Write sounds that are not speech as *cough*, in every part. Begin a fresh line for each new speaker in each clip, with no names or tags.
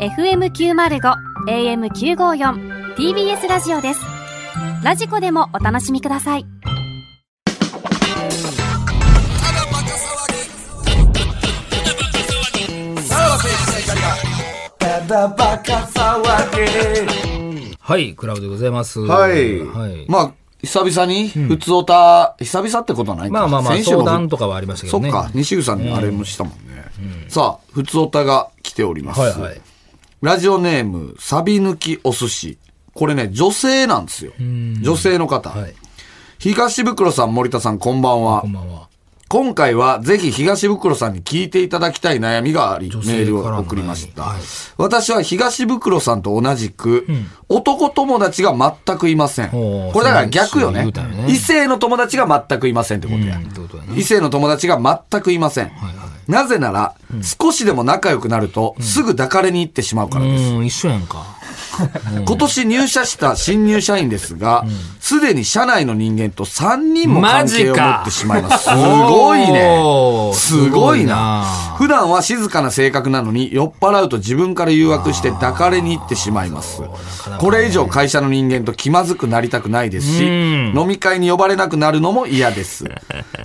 FM905 AM954 TBS ラジオですラジコでもお楽しみください
はい、クラウドでございます。
はい。
はい。
まあ、久々に、普通おた、久々ってことはないか
まあまあまあ、
先週
相
も
談とかはありましたけ
そ
ど
っ
ね。
か、西口さんにあれもしたもんね。さあ、普通おたが来ております。
はいはい。
ラジオネーム、サビ抜きお寿司。これね、女性なんですよ。女性の方。
はい。
東袋さん、森田さん、こんばんは
こん。ばんは。
今回はぜひ東袋さんに聞いていただきたい悩みがあり、メ
女性からの
ールを送りました。
はい
私は東袋さんと同じく、男友達が全くいません。
ほ
こ
う
れだから逆よね
そう言うたよね
異性の友達が全くいませんってことや。
うんってことやね
異性の友達が全くいません。
はいは
なぜなら、少しでも仲良くなると、すぐ抱かれに行ってしまうからです。
い。うん、一緒やんか。
今年入社した新入社員ですが、すでに社内の人間と3人も関係を持ってしまい
*laughs*
ます。すごい
お
ね
ー。
すごいな
すごいな。
普段は静かな性格なのに、酔っ払うと自分から誘惑して抱かれに行ってしまいます。これ以上会社の人間と気まずくなりたくないですし、
うん
飲み会に呼ばれなくなるのも嫌
*laughs*
です。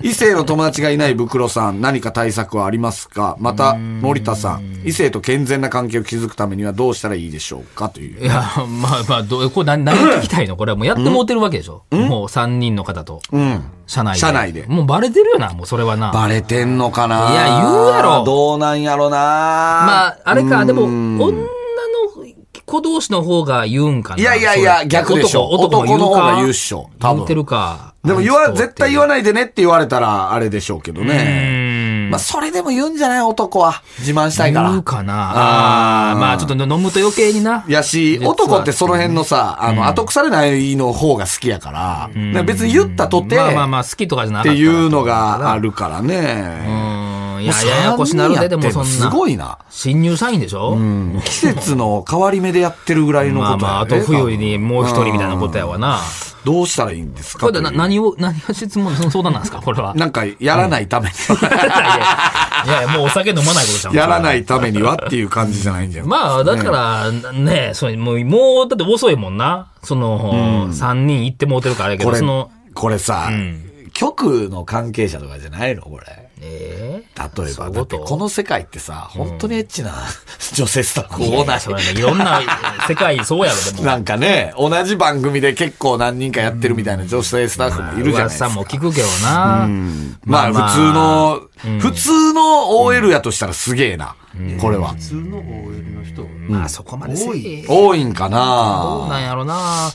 異性の友達がいないブクロさん、何か対策はありますかまた、森田さん、異性と健全な関係を築くためにはどうしたらいいでしょうかという
い。や、まあまあ、どう、これ何、何聞きたいのこれはもうやってもうてるわけでしょもう三人の方と。
うん。
社内で。
社内で
もうバレてるよな、もうそれはな。
バレてんのかない
いや言うやろ
どうなんやろな
まあ、あれか、でも、
うーん
女の子同士の方が言うんかな。
いやいやい
そ
や、
れ
逆でしょ。
男、男も言う
男
か
の方が言うっしょ。多
言って
分。
るか。
でも言わ、絶対言わ
な
な
い。
いでねって言われたら、あれでしょうけどね。
うん。
まあ、それでも言うんじゃない男は。自慢したいか
言
ら
う。かな。あ
あ
ー
ー
まあ、ちょっと飲むと余計にな。
いやし、
は
男ってその辺のさ、あの、後腐れないの方が好きやから、だから別に言ったとて、
まあまあ
っ
まあ、好きとかじゃなか
て
ったら
いうのがあ
う
るからね。
ーん。いや、ややこしなるで、でもそんな。
すごいな。
新入社員でしょ
うん季節の変わり目でやってるぐらいの
まあ
こと
まあ、
や
あ
ね
と冬にもう一人みたいなことやわな。
どうしたらいいんですか
これでな
という
何を、何が質問、その相談なんですかこれは。
なんか、やら *laughs* ないために、
いやいや、もうお酒飲まないことじゃ
*laughs*
ん。
やらないためにはっていう感じじゃないんじゃん。
まあ、だから、ね、そう、もう、もう、だって遅いもんな。その、三人行ってもうてるからあれやけ
こ
ど、
れ
その、、
これさ
ん、
局の関係者とかじゃないのこれ。
ええ
例え
そ
ば、
ういう
だ
こ
っ
と
てこの世界ってさ、本当にエッチな *laughs* 女性スタッフ
い
多
やい
な
や
い。
そうやないろ
*laughs*
んな世界、そうやろ、でも。
なんかね、同じ番組で結構何人かやってるみたいな女性スタッフもいるじゃないです
噂
か。
も聞くけどな。
まあ、
まあ
普通の、普通の OL やとしたらすげえな。これは。
普通の OL の人、
まあ、そこまでせえ
多いんか
どう
な
なんやろな、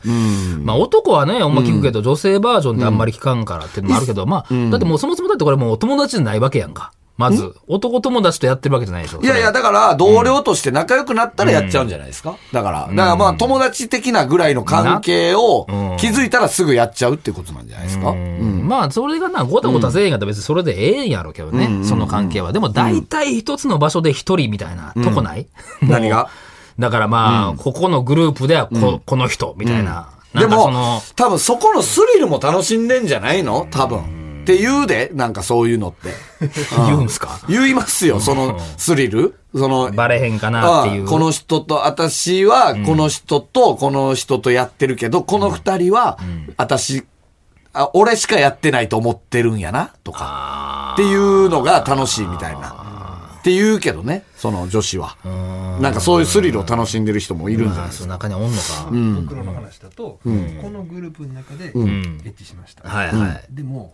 まあ男はね、ほんま聞くけど、女性バージョンってあんまり聞かんからっていうのもあるけど、まあ、だってもうそもそもだってこれもう友達じゃないわけやんか。まず、男友達とやってるわけじゃないでしょ。
いやいや、
それ、
だから、同僚として仲良くなったらやっちゃうんじゃないですか、だから、だからまあ、友達的なぐらいの関係を
うん
気づいたらすぐやっちゃうってことなんじゃないですか、
うんまあ、それがな、ごたごたせえへんかったら別にそれでええんやろうけどね、その関係は。でも大体一つの場所で一人みたいな、とこ *laughs* ない、もう
何が
だからまあ、ここのグループではこ,、この人、みたいな。
で
なんかそ
も
の、、
多分そこのスリルも楽しんでんじゃないの多分。って言うで、なんかそういうのって。
言うんすか
言いますよ、そのスリル。その、
バレへんかなっていう。
ああこの人と、私はこの人とこの人とやってるけど、この二人は、私、あ、俺しかやってないと思ってるんやな、とか、っていうのが楽しいみたいな。って言うけどね、その女子は。なんかそういうスリルを楽しんでる人もいるんじゃない
あ
です
その中におんのか。
僕らの話だと、このグループの中でエッチしました、
はいはい。
でも、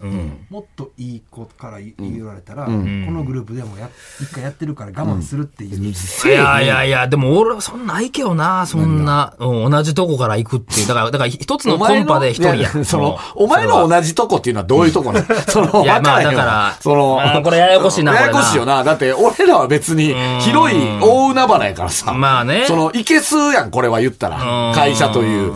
もっといい子から言言われたら、このグループでもや一回やってるから我慢するっていう、
いやいやいや、でも俺はそんなないけどな、そんな、うん同じとこから行くっていう。だから、だから一つ
か。
の
お
コ
前
ン
の
パで一人
い
や。
その
も、う
お前
それは
の同じとこっていうのはどういうとこな
*laughs*
のその、
いや、
わ
ま
から
あ
へ
だ
ん
か
よ
ら、
そ
まあ
の、
これやや
*laughs*
こしいな、
ややこしいよ
な。
な。だって、俺らは別に、広い大海原やからさ。
まあね
その、いけすやん、これは言った
う
ら
ん。
会社という。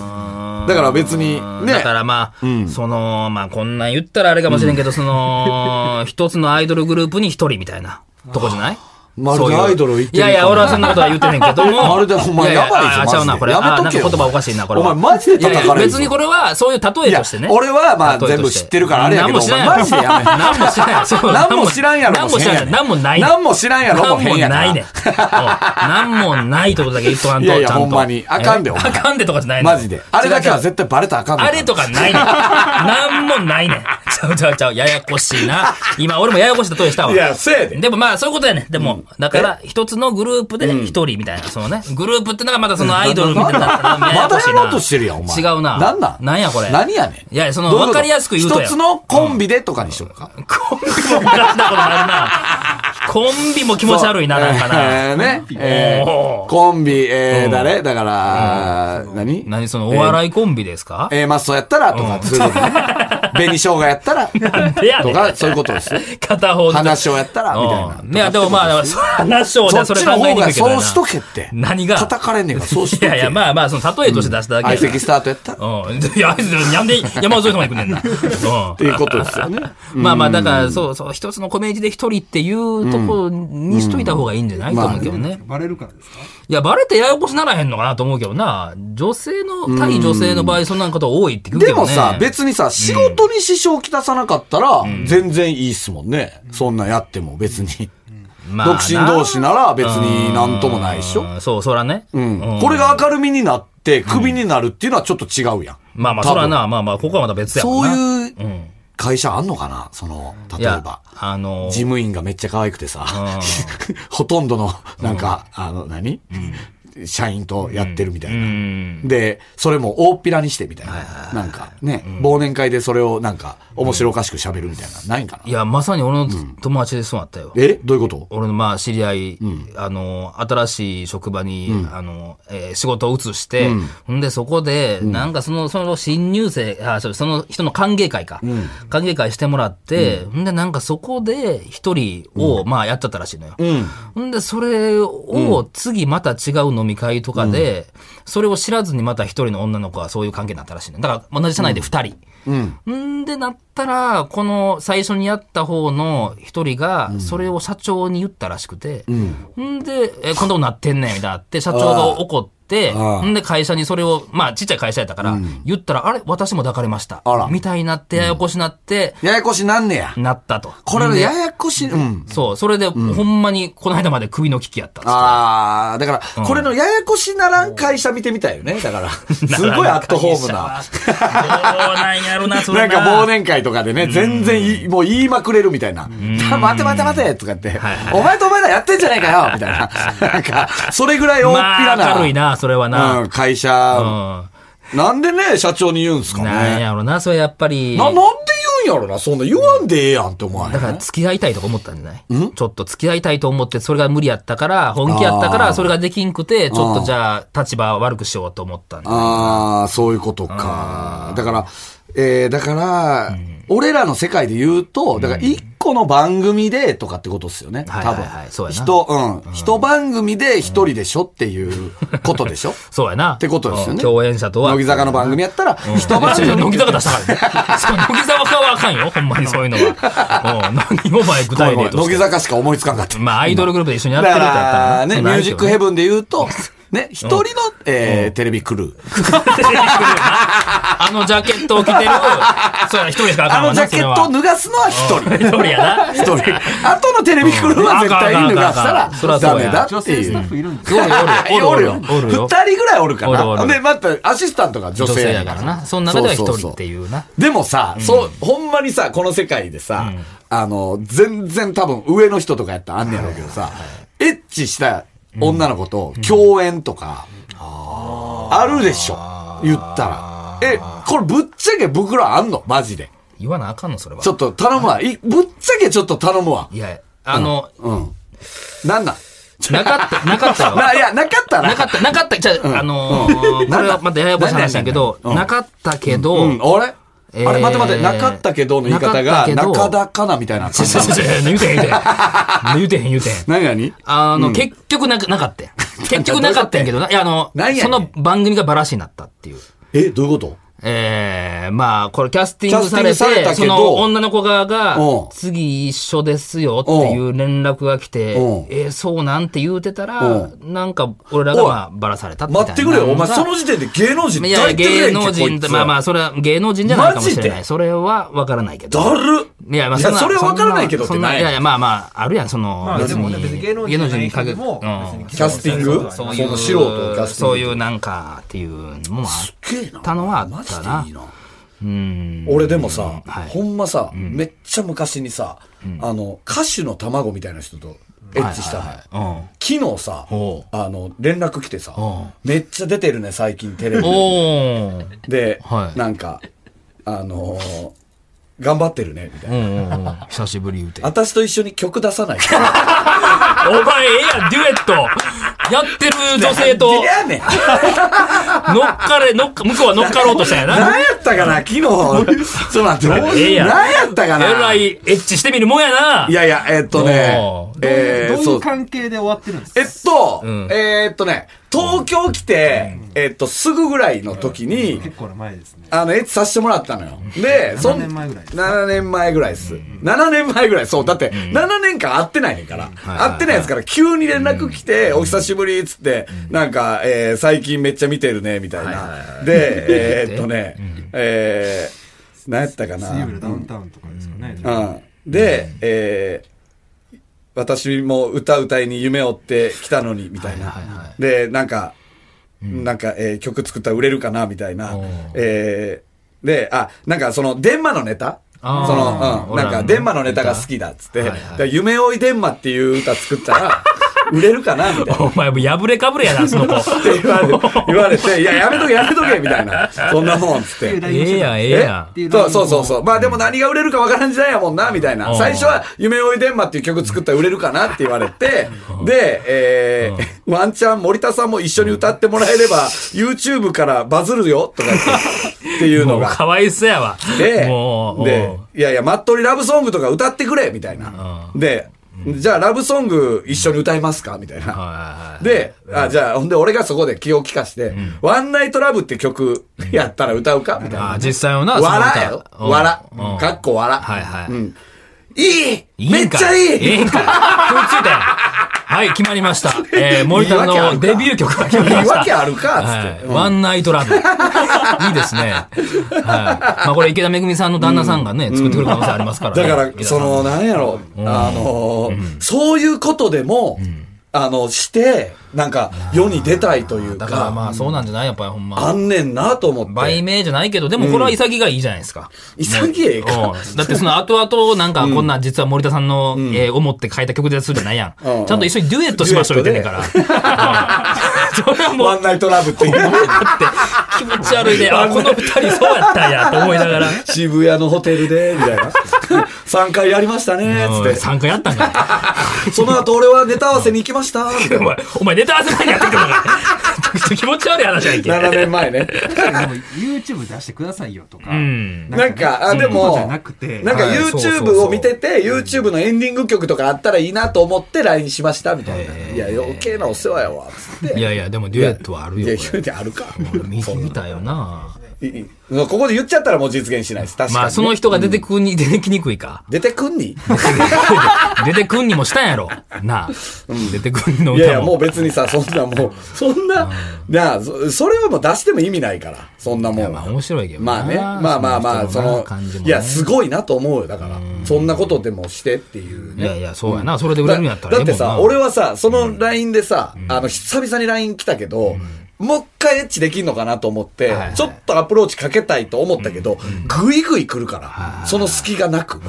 だから別に、ね。
だからまあ、その、まあこんなん言ったらあれかもしれんけど、その、一つのアイドルグループに一人みたいなとこじゃない
*laughs* まるでアイドルを言って
い
るか
や
のよう
いや、
に
俺はそんなことは言ってねんけど
*laughs*
も。
まるでお前やばいぞ
や
マジ
やあ
で
ちゃうな、これ。
やめとけ
あなんか
よ
言葉おかしいな、これ
お
は。
前マジで叩かれるぞ
いやいや別にこれは、そういう例えとしてね。
いや俺はまあ
例えとて
全部知ってるからあれやけど
何も知ら
お
んや
前マジでやめ
*laughs* 何も知らんやろそ
*laughs*
う
何も知らんやろ
何も知らんやろ何もない。
何も知らんやろも
何も
変やから
ないねん。そう何もないってことだけ言っとかんと、
いやい
ち
や
ゃんと。
ほんまにあかんで
え
お
あ
前
かんでとかじゃないねん
マジで。あれだけは絶対バレたらあかんの
あれとかないねん。なんもないねん。ちゃうちゃうちゃう。ややこしいな。今、俺もややこしい例えしたわ。
いやせやで
でもまあ、そういうことやねん。でも、だから、一つのグループで一人みたいな、そのね。グループってのがまたそのアイドルみたいな。
*laughs* まだ
こし
や
いな
ろうとしてるやん、お前。
違うな。
なんなん
なんやこれ。
何やねん。
いや、その、
どういう
わ
こと
かりやすく言うとや。
一つのコンビでとかにしようか。
コンビも無駄なこともあるな。コンビも気持ち悪いな、なんかな。
えーね。え
お
ー
ー
コンビ、え
う
ー、
ん
誰だから、何
何その、お笑いコンビですか
A マッソやったらとか、そういう
*laughs*
ことね。紅生姜やったら
でやね
と
ん
か、そういうことです。
*laughs* 片方ずつ
話をやったらみたいな。
うんいや、でもまあ、話を、じゃあ
そ
そ
っ
れ
ち
考
の方
えにく
が
いけどな。
そうしとけって。
何が
叩かれんねんから、そうしと
い
け。
やいや、まあまあ、その例えとして出しただけや
相
から。
席スタートやったらっ
うん。いや、なんで山添とかに行くねんな。うん
ていうことですよね。
まあまあ、だから、そうそう、一つのコメディで一人っていうところにしといた方がいいんじゃない、と思うけどね。
バレるからですか
いや、バレてややこしならへんのかなと思うけどな。女性の、対女性の場合、そんなこと多いって聞くけ
で
どね。
もさ、別にさ、仕事に支障をきたさなかったら、全然いいっすもんね。そんなんやっても別に。
まあ
独
な
身同士なら別になんともないっしょ。
うんそう、そらね。
うん。これが明るみになって、クビになるっていうのはちょっと違うやん。
まあまあ、
多分
そらな、まあまあ、ここはまた別やも
そう
んな。う。
いう
うん。
会社あんのかなその、
い
例え
や
ば。、
あのー、
事務員がめっちゃ可愛くてさ、 *laughs* ほとんどの、なんか、あの、何社員とやってるみたいうな。
ん。
で、それも大っぴらにしてみたいな。なんか、ね、忘年会でそれをなんか、面白おかしく喋るみたいな。ないんか
い
な
や、まさに俺の友達でそうなったよ。
えどういうこと
俺のまあ知り合い、あの、新しい職場に、あの、えー仕事を移して、ほんでそこで、なんかその、その新入生、あ、そうその人の歓迎会か、歓迎会してもらって、ほんでなんかそこで一人を、まあやっちゃったらしいのよ。ほんでそれを次また違う飲み会とかで、それを知らずにまた一人の女の子はそういう関係になったらしいね。だから同じ社内で二人。んでなったら、この最初にやった方の一人が、それを社長に言ったらしくて、んで、え、こんなことなってんねん、みたいになって、社長が怒って、
ああ
んで会社にそれを、まあちっちゃい会社やったから、言ったら、あれ私も抱かれました
あら。
みたいになって、ややこしなって、
ややこしなんねや。
なったと。
これややこし、うん。
そう、それで、ほんまにこの間まで首の利きやったっつって。
ああ、だか
うん
ら、これのややこしならん会社見てみたいよね。だ
*laughs*
から、すごいアットホームな。
どうなんやろな、それ
*laughs* なんか忘年会とかでね、全然いいもう言いまくれるみたいな。待て待て待てとかって、お前とお前らやってんじゃないかよみたいな。
*laughs*
なんか、それぐらい大っぴら
まあ、明るい
な。
な、それはな。
うん、会社、
うん
なんでね、社長に言うんすか
なん
ね。
やろな、それやっぱり。
な、なんで言うんやろな、そんな言わんでええやんって思わへ
だから
ん。
付き合いたいとか思ったんじゃないちょっと付き合いたいと思って、それが無理やったから、本気やったから、それができんくて、ちょっとじゃあ、立場悪くしようと思ったんだ
ああ、そういうことか。だから、えー、だから、俺らの世界で言うと、だから一個の番組でとかってことですよね。
はい
多
はい
分
はいそう。やな
人、うん。一番組で一人でしょっていうことでしょ
そうやな。って
ことですよね
共演者とは。
乃木坂の番組やったら、一晩
いやいや
組
乃木坂出したからね。 *laughs* そう乃木坂はあかんよ、ほんまにそういうの
*laughs*
は。うん何お前具
ごめ
体
んごめ
例
ん
と
乃木
して。
坂しか思いつかんかった。
まあ、アイドルグループで一緒にや
だ
って
か
るってやった
ら
らな
ね、
そん
ミュー
なんないけ
ジ
ど
ックヘブンで言うと、ね、一人の、えーテレビクルー。
あのジャケットを着てる、
*laughs*
そうやな、一人しかあか
あ
んわ
のジ
な
ャ
そ
ケ
れ
ッ
は
トを脱がすのは一人。
一人やな。
*laughs* 一人。あとのテレビクルーは絶対に脱がした
うんあかんあかんあかんそり
ら
ゃそ
ダ
う
メ
や
だ
女
って
性ス
い
タッ
う。
フいるんです
お
か
*laughs*
るよ
お
お
る
る
よ。
よ。
二人
おるよ。
ぐらいおるか
おる
な。
おる
で、またアシスタントが女
女
性
性
や
や
か
かららな。その中では一人って
う。
いうな。
でもさ、そう、ほんまにさ、この世界でさ、あの、全然多分上の人とかやったらあんねやろうけどさ、エッチした女の子と共演とか、あるでしょ、言ったら。え、これぶっちゃけ僕らあんのマジで。
言わなあかんの、それは
ち。ょっと頼むわ。いぶっちゃけちょっと頼むわ。
いや、あの、
うん。なんなん
なか
*laughs*
った、なかったよ。
ないや、なかったら。
なかった、なかった、じゃあ、あのー、これはまたややこしい話だけど、
なんだ
なかったけど、
うん、あれ
えー
あれ、待って待って、なかったけどの言い方
なかった
が、
けど
中田かなみたいな
ち
感
ょ
じ
ちょ
なの。
ちょ言うてへん、
*laughs*
言うてへん。言うてへん、言うてへん。
何何
あの、結局なく、なかったよ。
*laughs*
結局なかったんやけどな。いや、あの
なんやね、ん
その番組がバラシになったっていう。
え、どういうこと
ええまあ、これキャスティングされて、
キャスティングされたけ
そ
ど
の女の子側が
うん、
次一緒ですよっていう連絡が来て、
うん
えーそうなんて言うてたら
う、
なんか俺らがまあバラされたみたいな。
待ってくれよ。お前、その時点で芸能人
いや、
大体
芸能人って、まあま
あ。
あ、それは芸能人じゃないかもしれ
マジ
な
で
い。それは分からないけど。
だる
いや、まあ、
いや
んな
それは分からないけどって
そん
ない
いやいや、まあまあ、あるやん、その、
まあでもね別に芸能人
芸能人に
じゃない人
限
で
る
も別に
うん
キ
ャスティング
そう
そ
い
の素人を
う、
キャスティング
そういうなんかっていうのもあ
すっげえな。
たのはあ
マ
っ
ジ
た
で
ない
い。な。
うん。
俺でもさ、
はい
ほんまさ、めっちゃ昔にさ、あの、歌手の卵みたいな人とエッチしたのよ。
うん。
昨日さ、
ほ
あの、連絡来てさ
ほ、
めっちゃ出てるね、最近テレビに。
おー。
で、
はい
なんか、あのー頑張ってるね、みたいな。
うんうんうん。久しぶり言うて。
私と一緒に曲出さないか
お前、ええやん、デュエットやってる *laughs* 女性と、
いやねん。
乗っかれ、乗っか、向こうは乗っかろうとしたんやな。
何やった
*laughs*
かな、昨日。ちょっと待って、
ええやん
何やったかな。
えらい、エッチしてみるもんやな。
いやいや、えっとね
おー、
え
どう
ー、
い
そう
う関係で終わってるんですか
えっと、
ん
えーっとね、東京来て、えっと、すぐぐらいの時に、
結構な前ですね。
あの、エッチさせてもらったのよ。で、そん、
7年前ぐらいです
7年前ぐらいです。7年前ぐらい。そう。だって、7年間会ってないねんから。
はい
会ってないやつから急に連絡来て、お久しぶりっつって、なんか、えー最近めっちゃ見てるね、みたいな。で、えーっとね、えー、何やったかな。
水曜日のダウンタウンとかですかね。
うん、で、えー私も歌歌いに夢を追ってきたのに、みたいな。
はいはいは
で、なんか、なんか、えー曲作ったら売れるかな、みたいな
おー。
えーで、あ、なんかその、電話のネタそ
あー
の、うん、
俺
なん
らの
か、電話のネタが好きだ、っつって。
はいはい
だから夢追い電話っていう歌作ったら、売れるかな、みたいな。
お前も破れかぶれやな、その子。
って言われ言われて、いや、やめとけ、やめとけ、みたいな。そんなもん、っつ
*laughs*
って。
ええやん、ええや
ていう
そ
ライ
う
ン
そうそうそう。まあでも何が売れるか分からん時代やもんな、みたいな
う。ん。
最初は、夢追い電話っていう曲作ったら売れるかなって言われて、で、えー、ワンチャン森田さんも一緒に歌ってもらえれば、YouTube からバズるよ、とか言って、っていうんの
*laughs* もう、
が。
かわいそうやわ。
で
もう、、
で、いやいや、マットリラブソングとか歌ってくれ、みたいな。で、じゃあラブソング一緒に歌いますかみたいな。
はい
で、あ、じゃあ、ほんで俺がそこで気を利かして、ワンナイトラブって曲やったら歌うかみたいな。
あ実
*laughs*
際はな、
わらやろ
その歌
わら
うん。
かっこわら。
はいはい
うんいい
い
め
い
っ
んか
ちゃい
い
い
いんかい。食いついたやんはい、決まりました。えー、森田
いいわけある
の
か
デビュー曲が決まりま
いい
した。
わけあるかっつって
はいワンナイトラブ。い *laughs* いですね。はい。まあこれ池田めぐみさんの旦那さんがね、作ってくる可能性ありますからね。
だか
池
ら、
田さ
そ
ん
の、なんやろ、あのー、そういうことでも、あの、して、なんか、世に出たいという
だからま
か、
あそうなんじゃないやっぱりほんま。
あんねんなと思っ
売
て。
名じゃないけど、でもこれは潔がいいじゃないですか。
潔いか。
うんだってその後々なんかこんな実は森田さんの、えー思って書いた曲ですじゃないやん。
うん
ちゃんと一緒にデュエットしましょう言ってんねんから。うんそれはもう
ワンナイトラブっていう。
*laughs* 気持ち悪いね。あ、この二人そうやったんやと思いなが
*laughs*
ら。
渋谷のホテルで、みたい
*laughs*
な。3回やりましたね、つって。
3回やったんか
その後俺はネタ合わせに行きました、みたい
*laughs* い。お
な。
前、お前ネタ合わせ前にやってきたのかい。気持ち悪い話やんけ。
7年前ね。
でも YouTube 出してくださいよとか。
ん
なんか、あ、で
そういうこと
も、
じゃなくて
なんか
はいそうそう
YouTube
そう
を見てて、YouTube のエンディング曲とかあったらいいなと思って LINE しました、みたいな。いや、余計なお世話やわ、つって。
いやいや、でもデュエットはある
いや、
よ。
言うてあるか。 *laughs*
見てみたよな。
いいここで言っちゃったらもう実現しないです。確かにね。
まあ、その人が出てくに、出てきにくいか。
出てくんに
出てくんにもしたんやろ。なあ。出てくんの歌も。
いやいや、もう別にさ、そんなもう、そんな、なあ、そそれはもう出しても意味ないから、そんなもん。
まあ面白いけどな
まあね、まあまあまあ、そ
その人のな
の
感じ、も
い
ね
や、すごいなと思うよ、だから。そんなことでもしてっていう
い
ね。
やいや、そうやな。それで売れるんやったら
だだってさ、俺
俺は
はさ、その LINE でさ、あの、久々に LINE 来たけど、もう一回エッチできんのかなと思って、
はいはい
ちょっとアプローチかけたいと思ったけど、ぐいぐい来るから、その隙がなく。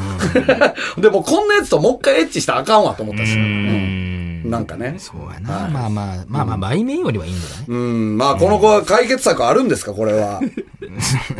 *laughs* でもこんなやつともう一回エッチしたらあかんわと思ったし、うんなんかね。
そうやな。まあまあ、まあまあ、売名よりはいいんじゃない
うん、まあこの子は解決策あるんですか、これ
*laughs*
は。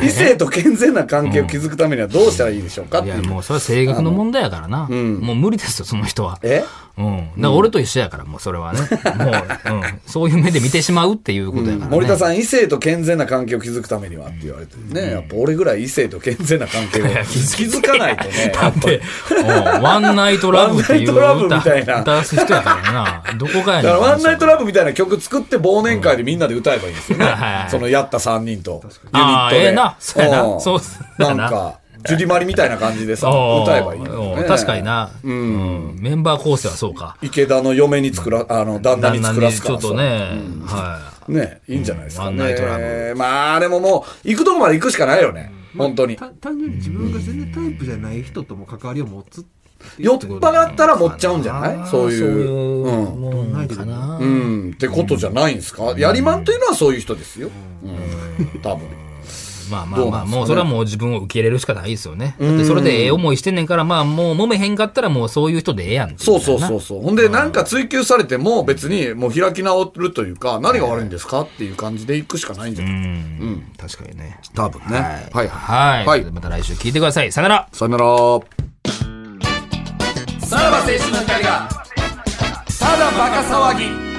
異性と健全な関係を築くためにはどうしたらいいでしょうかって
い
い
や、
う。
もうそれは性格の問題やからな。もう無理ですよ、その人は。
え
うん。だから俺と一緒やから、もうそれはね。もう、うん。そういう目で見てしまうっていうことやからね。
森田さん、異性と健全な関係を築くためにはって言われてるね、やっぱ俺ぐらい異性と健全な関
*laughs*
係を築かないと *laughs* ね、やっぱ
で、うんワンナイトラブっていう
ワンナイトラブみたいな
歌、歌わす人やからな。どこか
だ
やねん
からワンナイトラブみたいな曲作って忘年会でみんなで歌えばいいんですよね
はいは。い
そのやった3人と。ユニ
あああ、ええな。そうやな。そうそうや
なんか、ジュリマリみたいな感じでさ、
おー
歌えばいいよ
お
ね、
ー確かにな。うんメンバー構成はそうか。
池田の嫁に作ら、あの、旦那に作らすか
ちょ
ら
っ
さ
とね、は
ね、いいんじゃないですか
う
ね。
んワンナイトラブ
まあ、でももう、行くとこまで行くしかないよね。本当に。
た単純に自分が全然タイプじゃない人とも関わりを持つっていう
酔っ払ったら持っちゃうんじゃないそう
い。
いう。
うも
음,
んかな
う。ん、ってことじゃないんですか、やりまんというのはそういう人ですよ。うん、多分。
まあまあ
どう
ま
な
あ、
んですかね
もうそれはもう自分を受け入れるしかないですよね。だってそれでええ思いしてんねんから、まあもう揉めへんかったらもうそういう人でええやんってい
そう
みた
そ
いうな
そうそう。ほんで、なんか追求されても別にもう開き直るというか、何が悪いんですかっていう感じで行くしかないんじゃない
うん。確かにね。
多分ね。はいはい。
はい。
はい
また来週聞いてください。さよなら。
さよなら。さらば青春の光が、ただバカ騒ぎ。